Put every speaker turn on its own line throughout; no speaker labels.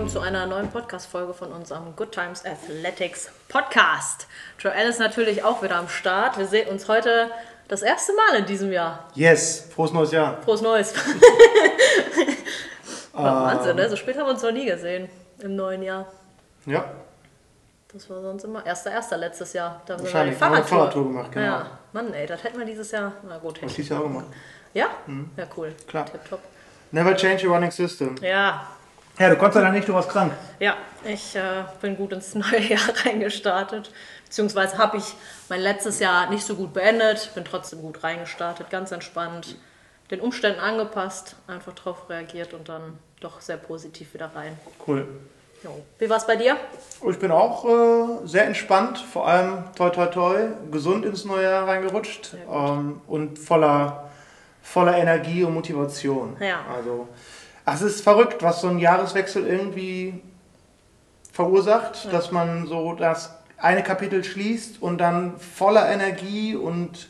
neuen Podcast-Folge von unserem Good Times Athletics Podcast. Joel ist natürlich auch wieder am Start. Wir sehen uns heute das erste Mal in diesem Jahr.
Yes, frohes neues Jahr.
Frohes Neues.
Ah.
Aber Wahnsinn, ne? So spät haben wir uns noch nie gesehen im neuen Jahr.
Ja,
Das war sonst immer erster, erster letztes Jahr. Da haben wir
Wahrscheinlich,
die
da haben wir
Fahrradtour.
Fahrradtour gemacht, genau.
Ja, Mann, ey, das hätten wir dieses Jahr. Na gut,
das
hätte
hieß ja auch immer.
Ja? Ja, cool.
Mhm. Klar.
Tipptopp.
Never change a running system.
Ja,
Ja, du konntest ja nicht, du warst krank.
Ja, ich äh, bin gut ins neue Jahr reingestartet. Beziehungsweise habe ich mein letztes Jahr nicht so gut beendet, bin trotzdem gut reingestartet, ganz entspannt, den Umständen angepasst, einfach drauf reagiert und dann doch sehr positiv wieder rein.
Cool.
Jo. Wie war es bei dir?
Und ich bin auch äh, sehr entspannt, vor allem toi toi toi, gesund ins neue Jahr reingerutscht ähm, und voller, voller Energie und Motivation.
Ja.
Also, ach, es ist verrückt, was so ein Jahreswechsel irgendwie verursacht, dass man so das eine Kapitel schließt und dann voller Energie und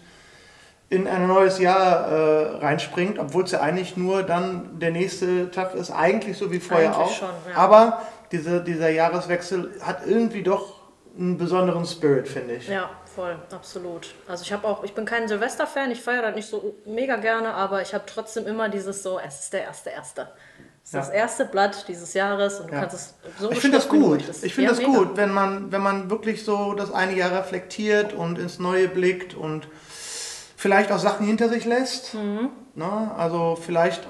in ein neues Jahr äh, reinspringt, obwohl es ja eigentlich nur dann der nächste Tag ist, eigentlich so wie vorher
Eigentlich
auch.
schon, ja.
Aber diese, dieser Jahreswechsel hat irgendwie doch einen besonderen Spirit, finde ich.
Ja, voll, absolut. Also ich habe auch, ich bin kein Silvester-Fan, ich feiere das nicht so mega gerne, aber ich habe trotzdem immer dieses so, es ist der erste, erste. Es ist
Ja.
das erste Blatt dieses Jahres und du
Ja.
kannst es so
Ich finde das
beschriften, wie du
gut.
möchtest.
Ich finde
Ja,
das
mega.
gut, wenn man, wenn man wirklich so das eine Jahr reflektiert und ins Neue blickt und vielleicht auch Sachen hinter sich lässt.
Mhm.
Ne? Also vielleicht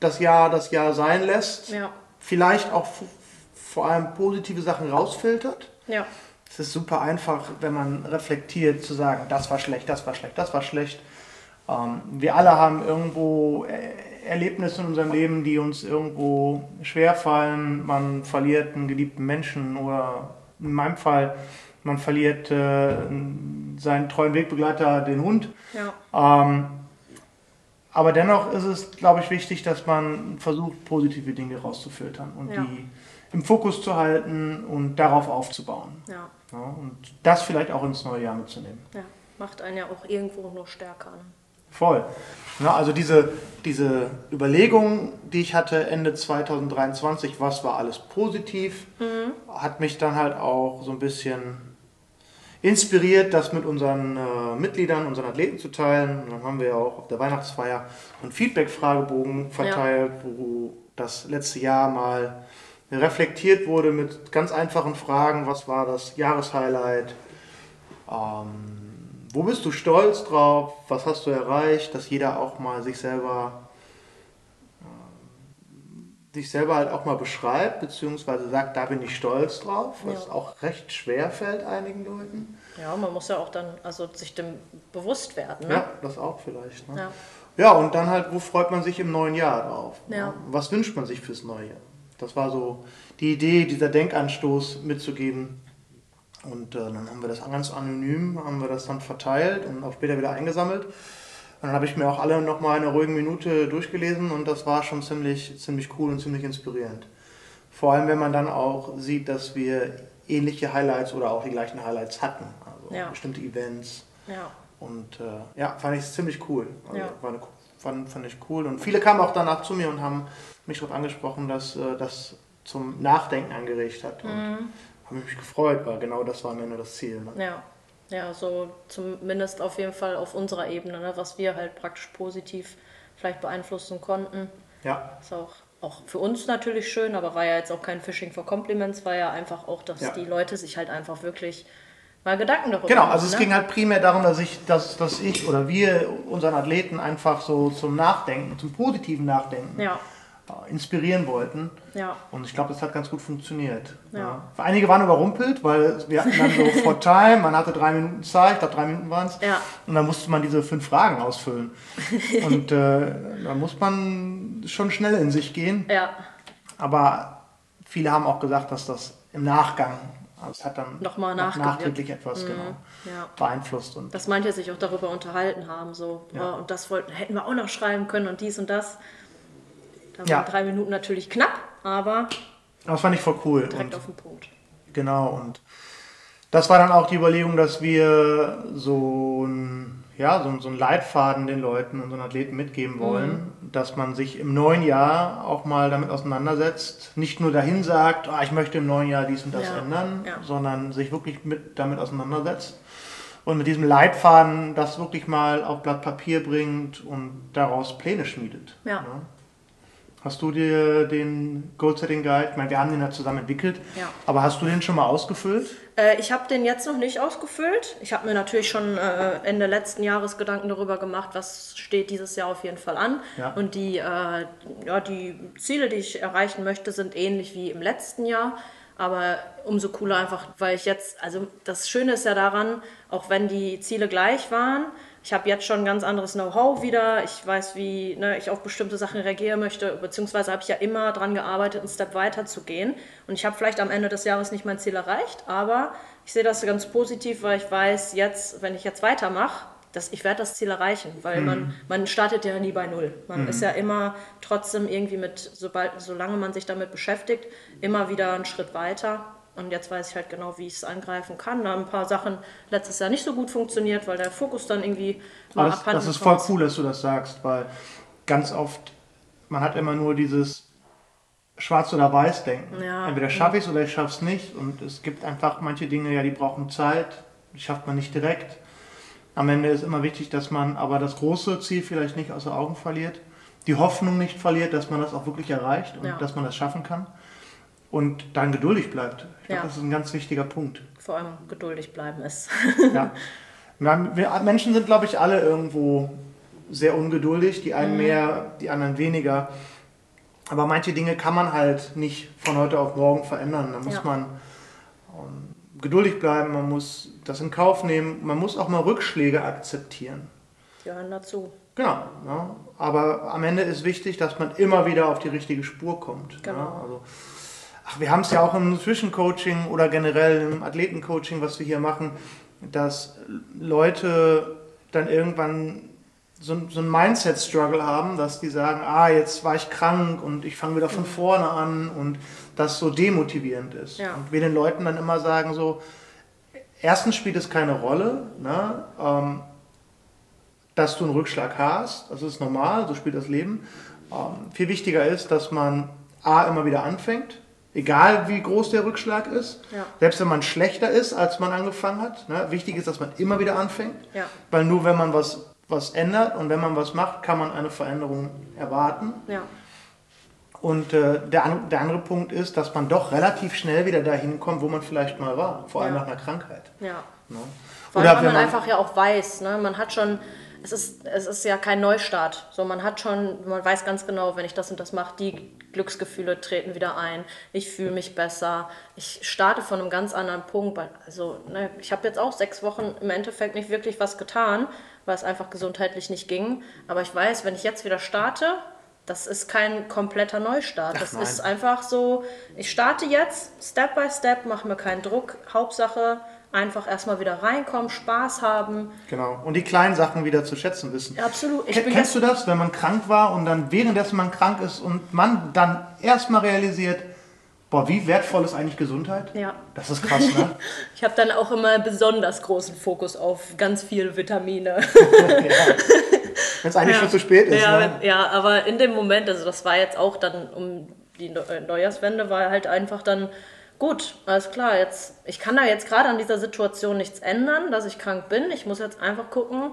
das Jahr das Jahr sein lässt.
Ja,
Vielleicht auch f- vor allem positive Sachen rausfiltert.
ja.
Es ist super einfach, wenn man reflektiert, zu sagen, das war schlecht, das war schlecht, das war schlecht. Ähm, wir alle haben irgendwo äh, Erlebnisse in unserem Leben, die uns irgendwo schwerfallen. Man verliert einen geliebten Menschen oder in meinem Fall, man verliert äh, seinen treuen Wegbegleiter, den Hund.
Ja,
Ähm, aber dennoch ist es, glaube ich, wichtig, dass man versucht, positive Dinge rauszufiltern und
Ja.
die im Fokus zu halten und darauf aufzubauen.
ja,
Ja, und das vielleicht auch ins neue Jahr mitzunehmen.
ja. Macht einen ja auch irgendwo nur stärker. Ne?
Voll. Ja, also diese, diese Überlegung, die ich hatte Ende 2023, was war alles positiv, hat mich dann halt auch so ein bisschen inspiriert, das mit unseren äh, Mitgliedern, unseren Athleten zu teilen. Und dann haben wir ja auch auf der Weihnachtsfeier einen Feedback-Fragebogen verteilt, wo das letzte Jahr mal reflektiert wurde mit ganz einfachen Fragen, was war das Jahreshighlight, ähm, wo bist du stolz drauf? Was hast du erreicht? Dass jeder auch mal sich selber, ähm, sich selber halt auch mal beschreibt, beziehungsweise sagt, da bin ich stolz drauf, was
Ja.
auch recht schwer fällt einigen Leuten.
Ja, man muss ja auch dann also sich dem bewusst werden.
Ja,
Ne?
das auch vielleicht. Ne?
Ja.
Ja, und dann halt, wo freut man sich im neuen Jahr drauf? Ne?
Ja.
Was wünscht man sich fürs neue Jahr? Das war so die Idee, dieser Denkanstoß mitzugeben. Und äh, dann haben wir das ganz anonym, haben wir das dann verteilt und auch später wieder eingesammelt. Und dann habe ich mir auch alle nochmal in einer ruhigen Minute durchgelesen und das war schon ziemlich, ziemlich cool und ziemlich inspirierend. Vor allem, wenn man dann auch sieht, dass wir ähnliche Highlights oder auch die gleichen Highlights hatten. Also
Ja.
bestimmte Events.
ja.
Und äh, ja, fand ich ziemlich cool. Also,
Ja.
war eine, fand, fand ich cool. Und viele kamen auch danach zu mir und haben mich darauf angesprochen, dass äh, das zum Nachdenken angeregt hat. Und
Mhm.
habe mich gefreut, weil genau das war am Ende das Ziel. Ne?
Ja, ja, so zumindest auf jeden Fall auf unserer Ebene, ne, was wir halt praktisch positiv vielleicht beeinflussen konnten.
Ja,
Ist auch, auch für uns natürlich schön, aber war ja jetzt auch kein Phishing for Compliments, war ja einfach auch, dass
Ja.
die Leute sich halt einfach wirklich mal Gedanken darüber
genau.
machen,
Also es
ne?
ging halt primär darum, dass ich, dass, dass ich oder wir unseren Athleten einfach so zum Nachdenken, zum positiven Nachdenken
Ja,
äh, inspirieren wollten.
ja,
Und ich glaube, das hat ganz gut funktioniert.
Ja.
Einige waren überrumpelt, weil wir hatten dann so vor Time, man hatte drei Minuten Zeit, ich glaube drei Minuten waren es.
Ja.
Und dann musste man diese fünf Fragen ausfüllen. Und äh, da muss man schon schnell in sich gehen.
ja.
Aber viele haben auch gesagt, dass das im Nachgang, also es hat dann
Nochmal
noch
nachgewirkt.
nachträglich
Mhm.
etwas genau,
ja.
beeinflusst. Und
dass manche sich auch darüber unterhalten haben, so
Ja.
oh, und das wollten, hätten wir auch noch schreiben können und dies und das. Da
Ja.
waren drei Minuten natürlich knapp, aber
das fand ich voll cool.
direkt
Und
auf den Punkt.
Genau, und das war dann auch die Überlegung, dass wir so ein, ja, so, so einen Leitfaden den Leuten, unseren Athleten mitgeben wollen,
Mhm.
dass man sich im neuen Jahr auch mal damit auseinandersetzt. Nicht nur dahin sagt, ah, ich möchte im neuen Jahr dies und das
Ja,
ändern,
ja.
sondern sich wirklich mit, damit auseinandersetzt. Und mit diesem Leitfaden das wirklich mal auf Blatt Papier bringt und daraus Pläne schmiedet.
Ja.
ne? Hast du dir den Goal Setting Guide, ich meine, wir haben den ja zusammen entwickelt,
Ja.
aber hast du den schon mal ausgefüllt?
Äh, ich habe den jetzt noch nicht ausgefüllt. Ich habe mir natürlich schon äh, Ende letzten Jahres Gedanken darüber gemacht, was steht dieses Jahr auf jeden Fall an.
Ja.
Und die, äh, ja, die Ziele, die ich erreichen möchte, sind ähnlich wie im letzten Jahr. Aber umso cooler einfach, weil ich jetzt, also das Schöne ist ja daran, auch wenn die Ziele gleich waren, ich habe jetzt schon ein ganz anderes Know-how wieder. Ich weiß, wie ne, ich auf bestimmte Sachen reagieren möchte, beziehungsweise habe ich ja immer daran gearbeitet, einen Step weiter zu gehen. Und ich habe vielleicht am Ende des Jahres nicht mein Ziel erreicht, aber ich sehe das ganz positiv, weil ich weiß, jetzt, wenn ich jetzt weitermache, dass ich werde das Ziel erreichen,
Hm.
weil man, man startet ja nie bei null. Man ist ja immer trotzdem irgendwie mit, sobald, solange man sich damit beschäftigt, immer wieder einen Schritt weiter. Und jetzt weiß ich halt genau, wie ich es angreifen kann. Da haben ein paar Sachen letztes Jahr nicht so gut funktioniert, weil der Fokus dann irgendwie mal
Aber das,
abhanden
das ist voll
gekommen
cool, dass du das sagst, weil ganz oft, man hat immer nur dieses Schwarz- oder Weiß-Denken.
Ja. Mhm.
Entweder schaffe ich es oder ich schaffe es nicht. Und es gibt einfach manche Dinge, ja, die brauchen Zeit, die schafft man nicht direkt. Am Ende ist immer wichtig, dass man aber das große Ziel vielleicht nicht außer Augen verliert, die Hoffnung nicht verliert, dass man das auch wirklich erreicht und
Ja.
dass man das schaffen kann. Und dann geduldig bleibt. Ich glaube,
Ja.
das ist ein ganz wichtiger Punkt.
Vor allem geduldig bleiben ist.
Ja. Wir, wir Menschen sind, glaube ich, alle irgendwo sehr ungeduldig, die einen mehr, die anderen weniger. Aber manche Dinge kann man halt nicht von heute auf morgen verändern. Da muss
Ja.
man ähm, geduldig bleiben, man muss das in Kauf nehmen, man muss auch mal Rückschläge akzeptieren.
Die gehören dazu.
Genau. Ja. Aber am Ende ist wichtig, dass man immer wieder auf die richtige Spur kommt.
Genau.
Ja. Also, ach, wir haben es ja auch im Zwischencoaching oder generell im Athletencoaching, was wir hier machen, dass Leute dann irgendwann so, ein- so ein Mindset-Struggle haben, dass die sagen, ah, jetzt war ich krank und ich fange wieder
Mhm.
von vorne an und das so demotivierend ist.
Ja.
Und wir den Leuten dann immer sagen so, erstens spielt es keine Rolle, ne? ähm, dass du einen Rückschlag hast. Das ist normal, so spielt das Leben. Ähm, viel wichtiger ist, dass man A immer wieder anfängt, egal wie groß der Rückschlag ist.
Ja.
Selbst wenn man schlechter ist, als man angefangen hat. Ne? Wichtig ist, dass man immer wieder anfängt,
Ja.
weil nur wenn man was, was ändert und wenn man was macht, kann man eine Veränderung erwarten.
Ja,
Und äh, der, an, der andere Punkt ist, dass man doch relativ schnell wieder dahin kommt, wo man vielleicht mal war, vor allem
Ja.
nach einer Krankheit.
ja.
Ne?
Vor allem, weil man, einfach ja auch weiß, ne? man hat schon, es ist, es ist ja kein Neustart. So, man hat schon, man weiß ganz genau, wenn ich das und das mache, die Glücksgefühle treten wieder ein, ich fühle mich besser, ich starte von einem ganz anderen Punkt. weil- Also, ne, ich habe jetzt auch sechs Wochen im Endeffekt nicht wirklich was getan, weil es einfach gesundheitlich nicht ging. Aber ich weiß, wenn ich jetzt wieder starte, das ist kein kompletter Neustart.
Ach
das
nein.
ist einfach so, ich starte jetzt Step by Step, mache mir keinen Druck. Hauptsache einfach erstmal wieder reinkommen, Spaß haben.
Genau. Und die kleinen Sachen wieder zu schätzen wissen.
Ja, absolut. Ich
Ke-
bin
Kennst du das, wenn man krank war und dann währenddessen man krank ist und man dann erstmal realisiert, boah, wie wertvoll ist eigentlich Gesundheit?
Ja.
Das ist krass, ne?
Ich habe dann auch immer besonders großen Fokus auf ganz viel Vitamine.
ja. Wenn es eigentlich schon zu spät ist,
ja,
ne?
wenn- ja, aber in dem Moment, also das war jetzt auch dann um die Neu- äh, Neujahrswende, war halt einfach dann gut, alles klar, jetzt, ich kann da jetzt gerade an dieser Situation nichts ändern, dass ich krank bin. Ich muss jetzt einfach gucken,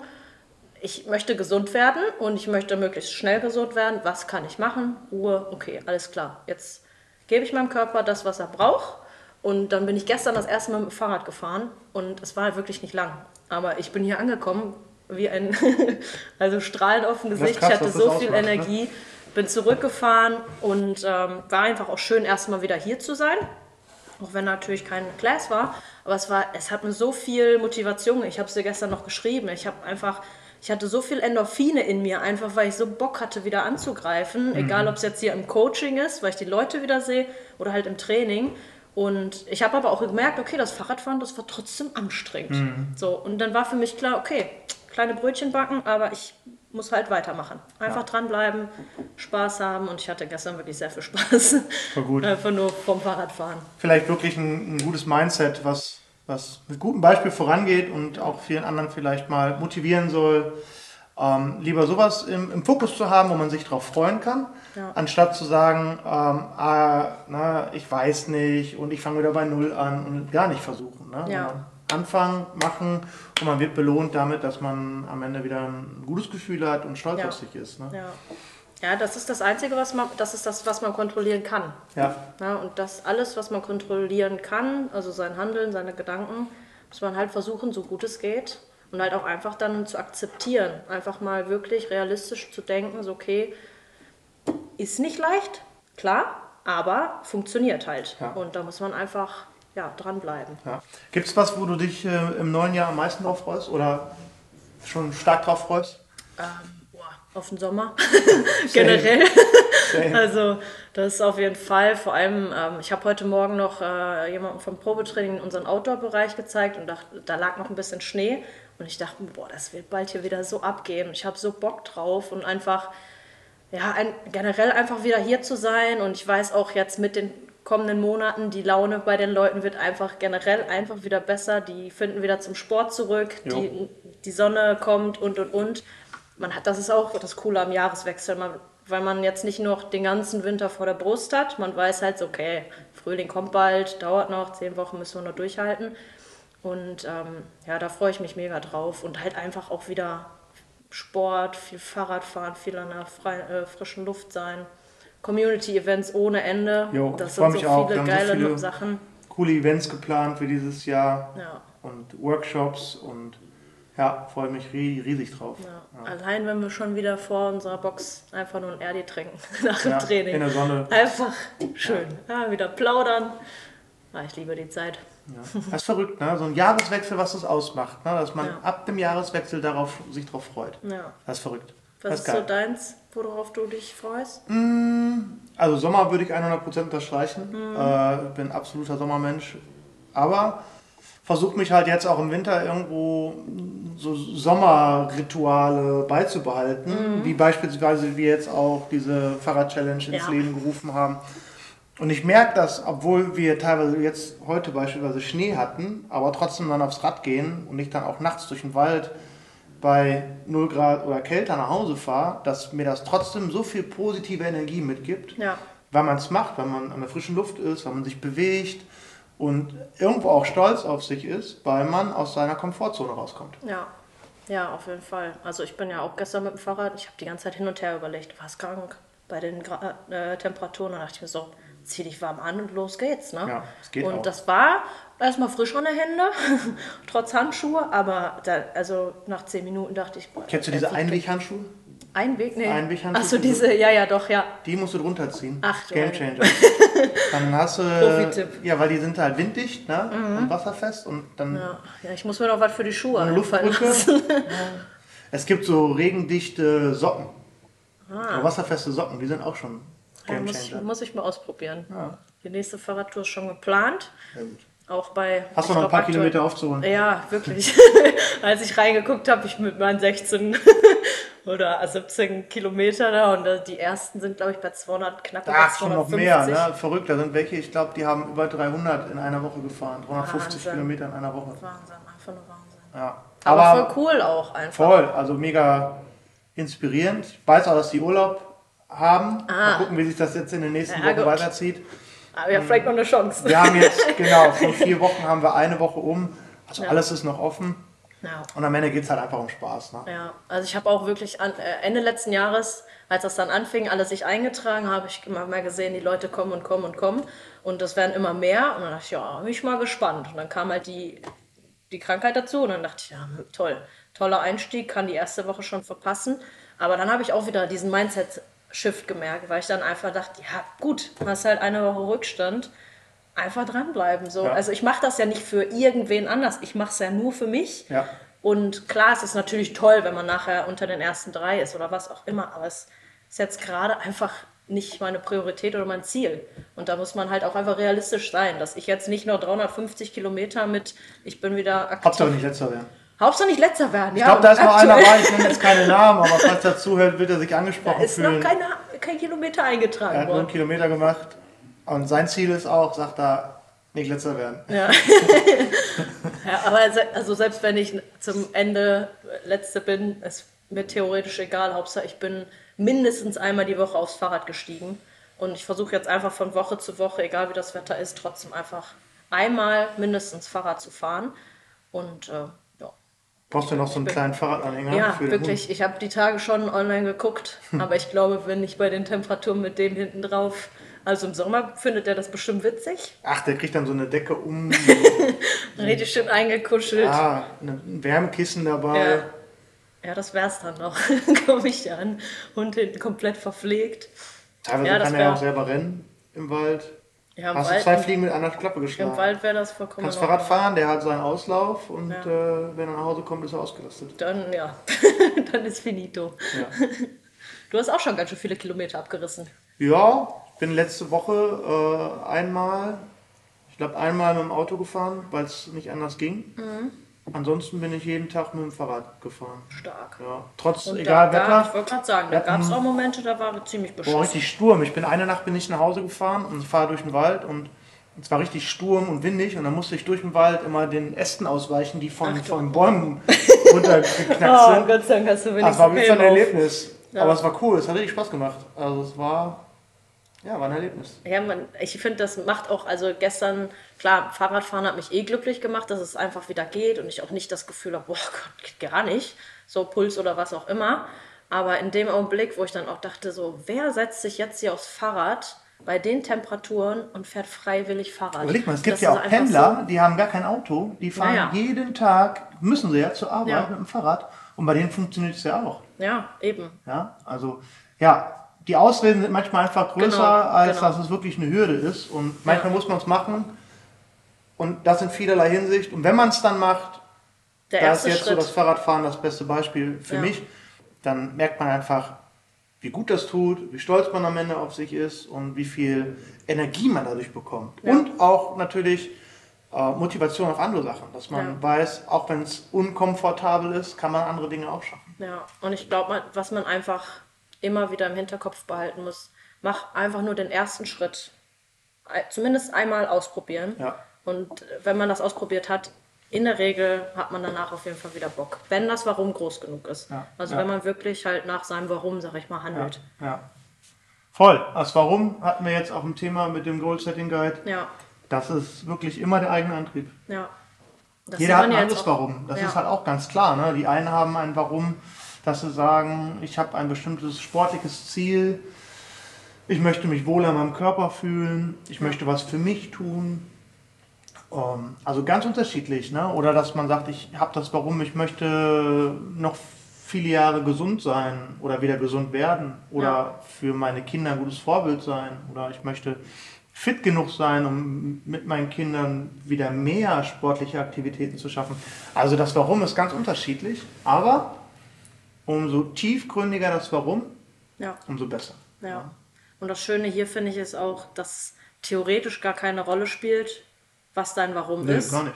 ich möchte gesund werden und ich möchte möglichst schnell gesund werden. Was kann ich machen? Ruhe, okay, alles klar. Jetzt gebe ich meinem Körper das, was er braucht. Und dann bin ich gestern das erste Mal mit dem Fahrrad gefahren und es war halt wirklich nicht lang. Aber ich bin hier angekommen, wie ein, also strahlend auf dem Gesicht.
krass,
ich hatte
was das
so viel
ausmacht, ne?
Energie, bin zurückgefahren und ähm, war einfach auch schön, erstmal wieder hier zu sein auch wenn natürlich kein Class war, aber es war, es hat mir so viel Motivation. Ich habe es dir gestern noch geschrieben. Ich habe einfach, ich hatte so viel Endorphine in mir, einfach weil ich so Bock hatte, wieder anzugreifen.
Mhm.
Egal, ob es jetzt hier im Coaching ist, weil ich die Leute wieder sehe oder halt im Training. Und ich habe aber auch gemerkt, okay, das Fahrradfahren, das war trotzdem anstrengend.
Mhm.
So und dann war für mich klar, okay, kleine Brötchen backen, aber ich muss halt weitermachen. Einfach dranbleiben, Spaß haben und ich hatte gestern wirklich sehr viel Spaß.
Voll gut.
Einfach nur vom Fahrradfahren.
Vielleicht wirklich ein, ein gutes Mindset, was was mit gutem Beispiel vorangeht und auch vielen anderen vielleicht mal motivieren soll, ähm, lieber sowas im, im Fokus zu haben, wo man sich drauf freuen kann,
Ja.
anstatt zu sagen, ähm, ah, na, ich weiß nicht und ich fange wieder bei Null an und gar nicht versuchen. Ne?
Ja.
Sondern Anfangen, machen und man wird belohnt damit, dass man am Ende wieder ein gutes Gefühl hat und stolz
Ja.
auf sich ist. Ne?
Ja. ja, das ist das Einzige, was man, das ist das, was man kontrollieren kann.
Ja.
Ja, und das alles, was man kontrollieren kann, also sein Handeln, seine Gedanken, muss man halt versuchen, so gut es geht. Und halt auch einfach dann zu akzeptieren. Einfach mal wirklich realistisch zu denken, so okay, ist nicht leicht, klar, aber funktioniert halt.
Ja.
Und da muss man einfach ja, dranbleiben.
Ja. Gibt es was, wo du dich äh, im neuen Jahr am meisten drauf freust oder schon stark drauf freust?
Ähm, boah, auf den Sommer generell.
Same.
Also das ist auf jeden Fall, vor allem, ähm, ich habe heute Morgen noch äh, jemandem vom Probetraining in unseren Outdoor-Bereich gezeigt und dachte, da lag noch ein bisschen Schnee und ich dachte, mir, boah, das wird bald hier wieder so abgehen. Ich habe so Bock drauf und einfach, ja, ein, generell einfach wieder hier zu sein und ich weiß auch jetzt mit den kommenden Monaten, die Laune bei den Leuten wird einfach generell einfach wieder besser, die finden wieder zum Sport zurück,
Jo.
die, die Sonne kommt und und und. Man hat, das ist auch das Coole am Jahreswechsel, man, weil man jetzt nicht noch den ganzen Winter vor der Brust hat. Man weiß halt, so, okay, Frühling kommt bald, dauert noch, zehn Wochen müssen wir noch durchhalten. Und ähm, ja, da freue ich mich mega drauf und halt einfach auch wieder Sport, viel Fahrradfahren, viel an der frei, äh, frischen Luft sein. Community-Events ohne Ende.
Jo, ich
das sind
freu
so
mich auch.
viele
Wir haben so
geile
viele-
Sachen.
Coole Events geplant für dieses Jahr
Ja.
und Workshops und ja, freue mich rie- riesig drauf.
Ja. Allein wenn wir schon wieder vor unserer Box einfach nur ein Erdi trinken nach
Ja,
dem Training.
In der Sonne.
Einfach schön. Ja, wieder plaudern. Ah, ich liebe die Zeit.
Ja. Das ist verrückt, ne? So ein Jahreswechsel, was das ausmacht, ne? dass man
Ja.
ab dem Jahreswechsel darauf sich drauf freut.
Ja.
Das ist verrückt.
Was
das
ist so deins, worauf du dich freust?
Also Sommer würde ich 100% unterstreichen. Äh, ich bin absoluter Sommermensch. Aber versuche mich halt jetzt auch im Winter irgendwo so Sommerrituale beizubehalten. Wie beispielsweise wir jetzt auch diese Fahrrad-Challenge ins
Ja.
Leben gerufen haben. Und ich merke das, obwohl wir teilweise jetzt heute beispielsweise Schnee hatten, aber trotzdem dann aufs Rad gehen und ich dann auch nachts durch den Wald bei 0 Grad oder kälter nach Hause fahre, dass mir das trotzdem so viel positive Energie mitgibt
Ja.
weil man es macht, weil man an der frischen Luft ist, weil man sich bewegt und irgendwo auch stolz auf sich ist, weil man aus seiner Komfortzone rauskommt.
Ja, ja, auf jeden Fall. Also ich bin ja auch gestern mit dem Fahrrad, ich habe die ganze Zeit hin und her überlegt, warst krank bei den Gra äh, Temperaturen. Da dachte ich mir so, zieh dich warm an und los geht's. Ne?
Ja, es geht
und
auch.
das war erstmal frisch an den Händen, trotz Handschuhe, aber da, also nach zehn Minuten dachte ich, boah,
Kennst du
jetzt
diese
liegt-
Einweghandschuhe?
Einweg? Nee.
Einweghandschuhe?
Achso, diese, ja, ja, doch, ja.
Die musst du drunter ziehen.
Ach, du
Game
Heilige.
Changer. Dann hast du.
Profi-Tipp. Mhm.
Ja, weil die sind halt winddicht ne? und wasserfest und dann
ja. Ja, ich muss mir noch was für die Schuhe
eine
einfallen
Luftbrücke.
lassen.
Ja. es gibt so regendichte Socken. Oder wasserfeste Socken, die sind auch schon
Ah. Ja,
Game
muss,
Changer.
muss ich mal ausprobieren.
Ja.
Die nächste Fahrradtour ist schon geplant.
Ja, gut.
Auch bei.
Hast du
ich
noch ein
glaub,
paar
aktuell-
Kilometer aufzuholen?
Ja, wirklich. Als ich reingeguckt habe, ich mit meinen 16 oder 17 Kilometer da und äh, die ersten sind, glaube ich, bei 200 knapp über
Ach, Ah, schon noch
250.
mehr, ne? Verrückt, da sind welche, ich glaube, die haben über 300 in einer Woche gefahren. 350
Wahnsinn.
Kilometer in einer Woche.
Wahnsinn, einfach nur Wahnsinn.
Ja.
Aber,
Aber,
voll cool auch einfach.
voll, also mega inspirierend. Ich weiß auch, dass die Urlaub haben. Mal gucken, wie sich das jetzt in den nächsten
Ah. Ja,
Wochen
gut.
weiterzieht.
Aber ja, vielleicht noch eine Chance.
Wir haben jetzt, genau, von vier Wochen haben wir eine Woche um. Also
Ja.
alles ist noch offen.
Ja.
Und am Ende geht es halt einfach um Spaß. Ne?
Ja, also ich habe auch wirklich an, äh, Ende letzten Jahres, als das dann anfing, alle sich eingetragen, habe ich immer mehr gesehen, die Leute kommen und kommen und kommen und das werden immer mehr und dann dachte ich, ja, bin ich mal gespannt. Und dann kam halt die, die Krankheit dazu und dann dachte ich, ja, hm, toll, toller Einstieg, kann die erste Woche schon verpassen. Aber dann habe ich auch wieder diesen Mindset-Shift gemerkt, weil ich dann einfach dachte, ja, gut, hast halt eine Woche Rückstand. Einfach dranbleiben. So.
Ja.
Also ich mache das ja nicht für irgendwen anders. Ich mache es ja nur für mich.
Ja.
Und klar, es ist natürlich toll, wenn man nachher unter den ersten drei ist oder was auch immer, aber es ist jetzt gerade einfach nicht meine Priorität oder mein Ziel. Und da muss man halt auch einfach realistisch sein, dass ich jetzt nicht nur 350 Kilometer mit, ich bin wieder aktiv.
Hauptsache nicht letzter werden.
Hauptsache nicht letzter werden.
Ich glaube, da ist noch einer bei, ich nenne jetzt keine Namen, aber falls er zuhört, wird er sich angesprochen
Da ist
fühlen.
noch keine, kein Kilometer eingetragen
Er hat nur einen
worden.
Kilometer gemacht und sein Ziel ist auch, sagt er, Nicht letzter werden.
Ja. ja, aber se- also selbst wenn ich zum Ende äh, letzte bin, ist mir theoretisch egal. Hauptsache, ich bin mindestens einmal die Woche aufs Fahrrad gestiegen. Und ich versuche jetzt einfach von Woche zu Woche, egal wie das Wetter ist, trotzdem einfach einmal mindestens Fahrrad zu fahren. Und äh, ja.
Brauchst du noch so einen
bin-
kleinen Fahrradanhänger?
Ja,
für den
wirklich. Ich habe die Tage schon online geguckt, aber ich glaube, wenn ich bei den Temperaturen mit dem hinten drauf, also im Sommer findet er das bestimmt witzig.
Hund? Ach, der kriegt dann so eine Decke um,
Richtig schön eingekuschelt. Ja,
ja, ein Wärmekissen dabei.
Äh, ja. das wär's dann noch. Komme ich hier an. Hund hinten komplett verpflegt.
Teilweise
Ja, das
kann er ja
wär-
auch selber rennen im Wald.
Ja, im
Hast du zwei
Wald,
Fliegen mit einer Klappe
im
geschlagen?
Wald wäre das vollkommen.
Kannst
in Ordnung.
Fahrrad fahren, der hat seinen Auslauf und
Ja.
äh, wenn er nach Hause kommt, ist er ausgelastet.
Dann, ja. dann ist finito.
Ja.
Du hast auch schon ganz schön viele Kilometer abgerissen.
Ja, ich bin letzte Woche äh, einmal, ich glaube einmal mit dem Auto gefahren, weil es nicht anders ging.
Mhm.
Ansonsten bin ich jeden Tag mit dem Fahrrad gefahren.
Stark.
Ja, trotz
Und
egal
da, da, ich
Wetter.
wollte gerade sagen, da
Wetter.
gab es auch Momente, da war ziemlich
Boah,
beschissen.
richtig Sturm. Ich bin eine Nacht bin ich nach Hause gefahren und fahre durch den Wald und es war richtig Sturm und windig und dann musste ich durch den Wald immer den Ästen ausweichen, die von,
Ach du.
von Bäumen runtergeknackt
Oh,
sind.
Gott sei Dank hast du
Das
wenigstens
war auf jeden Fall
Film
ein
auf.
Erlebnis.
Ja.
Aber es war cool, es hat richtig Spaß gemacht. Also es war, ja, war ein Erlebnis.
Ja, man, ich finde, das macht auch, also gestern, klar, Fahrradfahren hat mich eh glücklich gemacht, dass es einfach wieder geht und ich auch nicht das Gefühl habe, boah Gott, geht gar nicht, so Puls oder was auch immer. Aber in dem Augenblick, wo ich dann auch dachte, so, wer setzt sich jetzt hier aufs Fahrrad bei den Temperaturen und fährt freiwillig Fahrrad?
Überleg mal, es gibt
Das
ja
ist
auch
einfach
Pendler, die haben gar kein Auto, die fahren
Ja, ja.
jeden Tag, müssen sie ja zur Arbeit
Ja.
mit dem Fahrrad und bei denen funktioniert es ja auch.
So, ja, eben.
Ja? Also, ja, die Ausreden sind manchmal einfach größer,
Genau,
als
genau.
dass es wirklich eine Hürde ist und manchmal muss man es machen und das in vielerlei Hinsicht und wenn man es dann macht,
Der
da ist
erste
jetzt so
Schritt.
das Fahrradfahren das beste Beispiel für
Ja.
mich, dann merkt man einfach, wie gut das tut, wie stolz man am Ende auf sich ist und wie viel Energie man dadurch bekommt.
Ja.
Und auch natürlich äh, Motivation auf andere Sachen, dass man
Ja.
weiß, auch wenn es unkomfortabel ist, kann man andere Dinge auch schaffen.
Ja, und ich glaube, was man einfach immer wieder im Hinterkopf behalten muss, mach einfach nur den ersten Schritt. Ei- Zumindest einmal ausprobieren.
Ja.
Und äh, wenn man das ausprobiert hat, in der Regel hat man danach auf jeden Fall wieder Bock. Wenn das Warum groß genug ist.
Ja,
Also
ja.
wenn man wirklich halt nach seinem Warum, sag ich mal, handelt.
Ja. Voll. Das Warum hatten wir jetzt auch ein Thema mit dem Goal Setting Guide.
Ja,
Das ist wirklich immer der eigene Antrieb.
ja. Das sieht
Jeder hat
man
ein
ja
anderes
jetzt auch-
Warum. Das
ja.
ist halt auch ganz klar. Ne? Die einen haben ein Warum, dass sie sagen, ich habe ein bestimmtes sportliches Ziel, ich möchte mich wohl in meinem Körper fühlen, ich möchte was für mich tun. Ähm, also ganz unterschiedlich. Ne? Oder dass man sagt, ich habe das Warum, ich möchte noch viele Jahre gesund sein oder wieder gesund werden oder
Ja.
für meine Kinder ein gutes Vorbild sein oder ich möchte fit genug sein, um mit meinen Kindern wieder mehr sportliche Aktivitäten zu schaffen. Also das Warum ist ganz unterschiedlich, aber umso tiefgründiger das Warum,
Ja.
umso besser.
Ja. Und das Schöne hier finde ich ist auch, dass theoretisch gar keine Rolle spielt, was dein Warum
Nee,
ist.
Ne, gar nicht.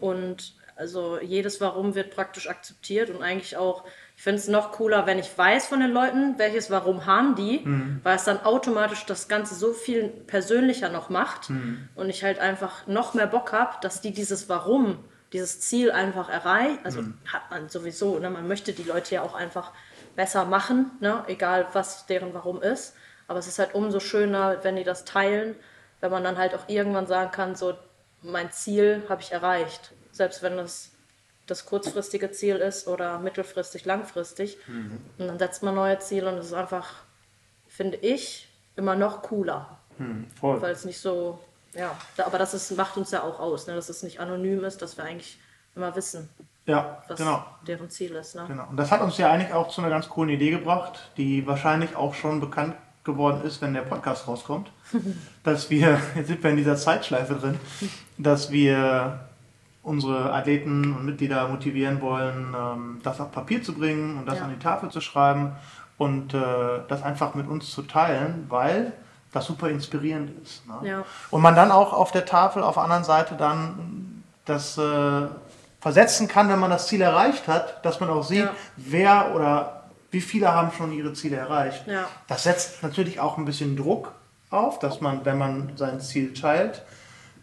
Und also jedes Warum wird praktisch akzeptiert und eigentlich auch, ich finde es noch cooler, wenn ich weiß von den Leuten, welches Warum haben die, weil es dann automatisch das Ganze so viel persönlicher noch macht und ich halt einfach noch mehr Bock habe, dass die dieses Warum, dieses Ziel einfach erreichen. Also hat man sowieso, ne? man möchte die Leute ja auch einfach besser machen, ne? egal was deren Warum ist. Aber es ist halt umso schöner, wenn die das teilen, wenn man dann halt auch irgendwann sagen kann, so mein Ziel habe ich erreicht. Selbst wenn es das kurzfristige Ziel ist oder mittelfristig, langfristig.
Mhm.
Und dann setzt man neue Ziele und es ist einfach, finde ich, immer noch cooler.
Voll.
Weil es nicht so, ja, da- aber das ist, macht uns ja auch aus, ne? dass es nicht anonym ist, dass wir eigentlich immer wissen,
Ja,
was
genau.
deren Ziel ist. Ne?
Genau. Und das hat uns ja eigentlich auch zu einer ganz coolen Idee gebracht, die wahrscheinlich auch schon bekannt geworden ist, wenn der Podcast rauskommt, dass wir, jetzt sind wir in dieser Zeitschleife drin, dass wir unsere Athleten und Mitglieder motivieren wollen, ähm, das auf Papier zu bringen und das
Ja.
an die Tafel zu schreiben und äh, das einfach mit uns zu teilen, weil das super inspirierend ist. Ne?
Ja.
Und man dann auch auf der Tafel auf der anderen Seite dann das äh, versetzen kann, wenn man das Ziel erreicht hat, dass man auch sieht,
Ja.
wer oder wie viele haben schon ihre Ziele erreicht.
Ja.
Das setzt natürlich auch ein bisschen Druck auf, dass man, wenn man sein Ziel teilt,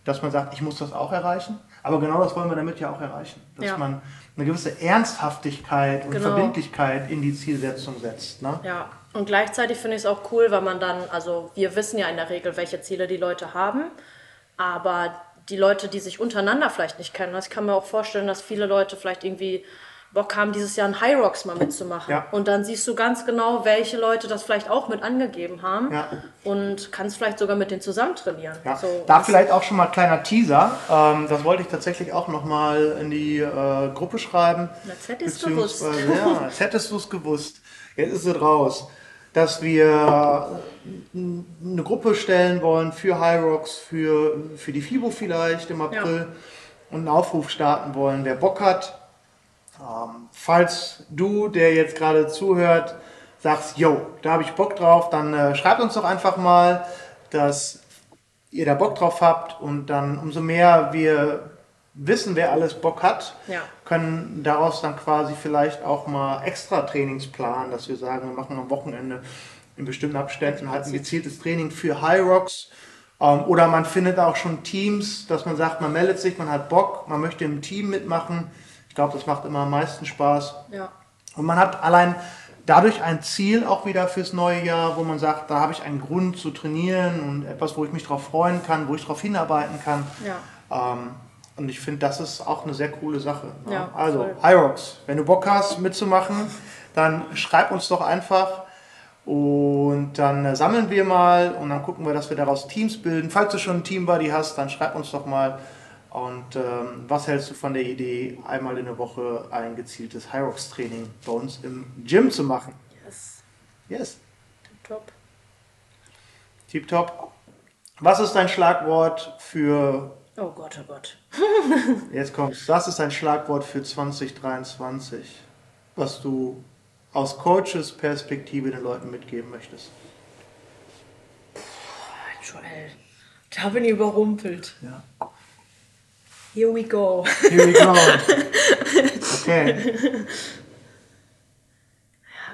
dass man sagt, ich muss das auch erreichen. Aber genau das wollen wir damit ja auch erreichen. Dass
Ja.
man eine gewisse Ernsthaftigkeit und
Genau.
Verbindlichkeit in die Zielsetzung setzt. Ne?
Ja, und gleichzeitig finde ich es auch cool, weil man dann, also wir wissen ja in der Regel, welche Ziele die Leute haben, aber die Leute, die sich untereinander vielleicht nicht kennen, also ich kann mir auch vorstellen, dass viele Leute vielleicht irgendwie Bock haben, dieses Jahr ein High Rocks mal mitzumachen.
Ja.
Und dann siehst du ganz genau, welche Leute das vielleicht auch mit angegeben haben
Ja.
und kannst vielleicht sogar mit denen zusammen trainieren.
Ja,
So,
da
das-
vielleicht auch schon mal kleiner Teaser. Ähm, das wollte ich tatsächlich auch nochmal in die äh, Gruppe schreiben.
Jetzt hättest du
Beziehungsweise,
gewusst.
Ja, jetzt hättest du es gewusst. Jetzt ist es raus. Dass wir äh, eine Gruppe stellen wollen für High Rocks, für, für die FIBO vielleicht im April und einen Aufruf starten wollen, wer Bock hat. Ähm, falls du, der jetzt gerade zuhört, sagst, yo, da habe ich Bock drauf, dann äh, schreibt uns doch einfach mal, dass ihr da Bock drauf habt und dann umso mehr wir wissen, wer alles Bock hat,
Ja.
können daraus dann quasi vielleicht auch mal extra Trainings planen, dass wir sagen, wir machen am Wochenende in bestimmten Abständen halt ein gezieltes Training für High Rocks. Ähm, oder man findet auch schon Teams, dass man sagt, man meldet sich, man hat Bock, man möchte im Team mitmachen. Ich glaube, das macht immer am meisten Spaß.
ja.
Und man hat allein dadurch ein Ziel auch wieder fürs neue Jahr, wo man sagt, da habe ich einen Grund zu trainieren und etwas, wo ich mich drauf freuen kann, wo ich drauf hinarbeiten kann.
Ja.
Ähm, und ich finde, das ist auch eine sehr coole Sache. Ne?
Ja,
also,
voll.
Hyrox, wenn du Bock hast mitzumachen, dann schreib uns doch einfach und dann äh, sammeln wir mal und dann gucken wir, dass wir daraus Teams bilden. Falls du schon ein Teambuddy hast, dann schreib uns doch mal. Und ähm, was hältst du von der Idee, einmal in der Woche ein gezieltes Hyrox-Training bei uns im Gym zu machen?
Yes.
Yes,
Top.
tipptopp. Was ist dein Schlagwort für
Oh Gott, oh Gott.
Jetzt kommt's. Das ist ein Schlagwort für 2023, was du aus Coaches Perspektive den Leuten mitgeben möchtest.
Joel, da bin ich überrumpelt.
Ja.
Here we go.
Here we go. Okay.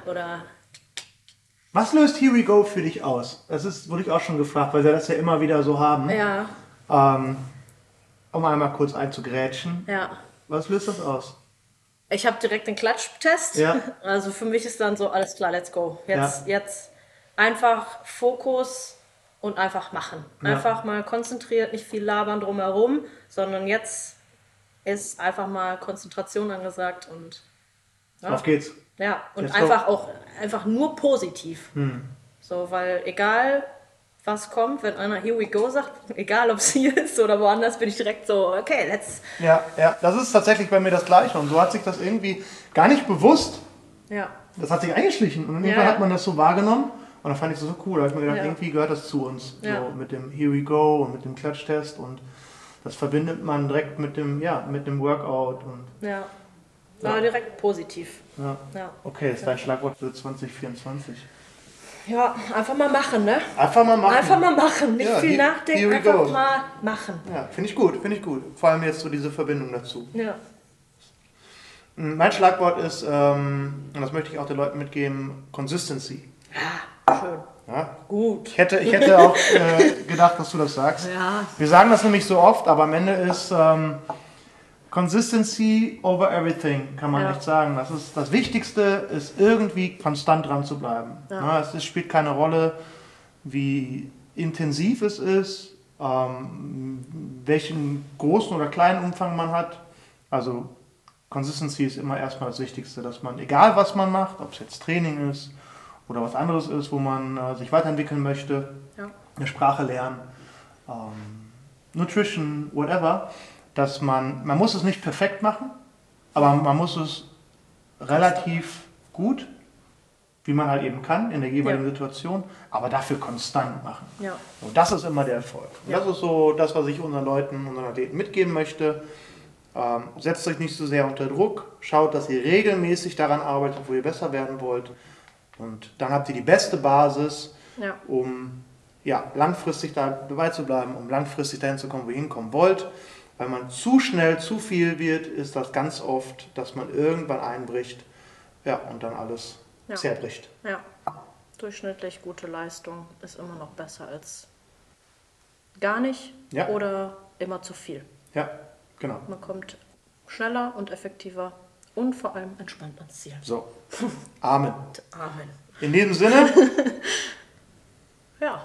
Oder
Was löst Here we go für dich aus? Das ist, wurde ich auch schon gefragt, weil wir das ja immer wieder so haben.
ja,
Ähm, um einmal kurz einzugrätschen.
ja.
Was löst das aus?
Ich habe direkt den Klatschtest.
Ja.
Also für mich ist dann so, alles klar, let's go. Jetzt, jetzt einfach Fokus und einfach machen.
Ja.
Einfach mal konzentriert, nicht viel labern drumherum, sondern jetzt ist einfach mal Konzentration angesagt und Ja.
Auf geht's.
ja, und
Let's go. Hm.
einfach auch einfach nur positiv. So, weil egal was kommt, wenn einer Here we go sagt, egal ob es hier ist oder woanders, bin ich direkt so, okay, let's.
Ja, ja, das ist tatsächlich bei mir das Gleiche. Und so hat sich das irgendwie gar nicht bewusst
Ja,
Das hat sich eingeschlichen und irgendwann
Ja, ja.
hat man das so wahrgenommen und dann fand ich das so cool. Da habe ich mir gedacht,
Ja.
irgendwie gehört das zu uns.
Ja.
So mit dem Here we go und mit dem Klatschtest und das verbindet man direkt mit dem, ja, mit dem Workout und
ja.
Ja.
Aber direkt positiv.
ja.
Ja.
Okay, ist dein Schlagwort für 2024.
ja, einfach mal machen, ne?
Einfach mal machen.
Einfach mal machen, nicht
Ja,
viel
here-
nachdenken,
here we
einfach
go.
mal machen.
Ja, finde ich gut, finde ich gut. Vor allem jetzt so diese Verbindung dazu.
Ja,
Mm, Mein Schlagwort ist, ähm, und das möchte ich auch den Leuten mitgeben, Consistency.
schön.
Ja?
Gut.
Ich hätte, ich hätte auch äh, gedacht, dass du das sagst.
Ja,
Wir sagen das nämlich so oft, aber am Ende ist ähm, Consistency over everything, kann man
Ja.
echt sagen. Das, ist, das Wichtigste ist irgendwie konstant dran zu bleiben.
Ja.
Ne, es ist, spielt keine Rolle, wie intensiv es ist, ähm, welchen großen oder kleinen Umfang man hat. Also Consistency ist immer erstmal das Wichtigste, dass man, egal was man macht, ob es jetzt Training ist oder was anderes ist, wo man äh, sich weiterentwickeln möchte,
Ja.
eine Sprache lernen, ähm, Nutrition, whatever, dass man, man muss es nicht perfekt machen, aber man muss es relativ gut, wie man halt eben kann in der jeweiligen
Ja.
Situation, aber dafür konstant machen.
ja,
Und das ist immer der Erfolg. Und Das ist so das, was ich unseren Leuten, unseren Athleten mitgeben möchte. Ähm, setzt euch nicht so sehr unter Druck. Schaut, dass ihr regelmäßig daran arbeitet, wo ihr besser werden wollt. Und dann habt ihr die beste Basis,
ja,
um ja, langfristig dabei zu bleiben, um langfristig dahin zu kommen, wo ihr hinkommen wollt. Wenn man zu schnell zu viel wird, ist das ganz oft, dass man irgendwann einbricht ja, und dann alles
Ja.
zerbricht.
ja. Durchschnittlich gute Leistung ist immer noch besser als gar nicht
Ja.
oder immer zu viel.
Ja, genau.
Man kommt schneller und effektiver und vor allem entspannt ans Ziel.
So. Amen.
Amen.
In diesem Sinne
Ja,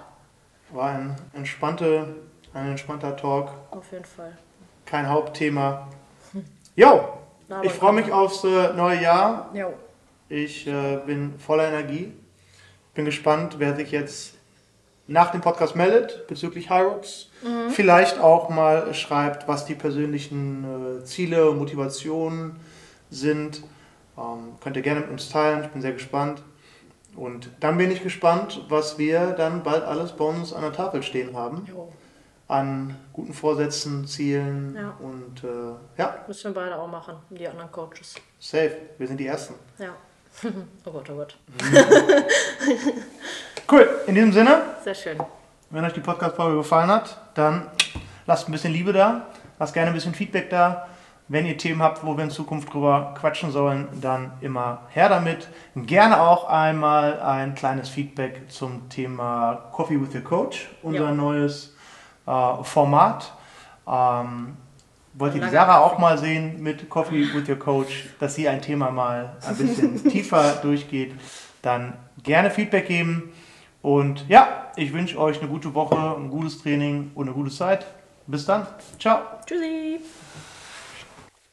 war ein, entspannte, ein entspannter Talk,
auf jeden Fall.
kein Hauptthema. Jo,
Na, aber genau.
ich freue mich aufs äh, neue Jahr.
Ja,
Ich äh, bin voller Energie. Bin gespannt, wer sich jetzt nach dem Podcast meldet bezüglich Hyrox. Vielleicht auch mal schreibt, was die persönlichen äh, Ziele und Motivationen sind. Ähm, könnt ihr gerne mit uns teilen. Ich bin sehr gespannt. Und dann bin ich gespannt, was wir dann bald alles bei uns an der Tafel stehen haben.
jo.
An guten Vorsätzen, Zielen
Ja.
und äh, ja,
Müssen wir beide auch machen, die anderen Coaches.
safe. Wir sind die Ersten.
Ja. oh Gott, oh Gott.
Cool, in diesem Sinne.
Sehr schön.
Wenn euch die Podcast-Folge gefallen hat, dann lasst ein bisschen Liebe da, lasst gerne ein bisschen Feedback da. Wenn ihr Themen habt, wo wir in Zukunft drüber quatschen sollen, dann immer her damit. Gerne auch einmal ein kleines Feedback zum Thema Coffee with your Coach, unser
Ja.
neues äh, Format. Ähm, wollt ihr die
Lange
Sarah auch mal sehen mit Coffee with your Coach, dass sie ein Thema mal ein bisschen tiefer durchgeht, dann gerne Feedback geben. Und ja, ich wünsche euch eine gute Woche, ein gutes Training und eine gute Zeit. Bis dann. Ciao.
Tschüssi.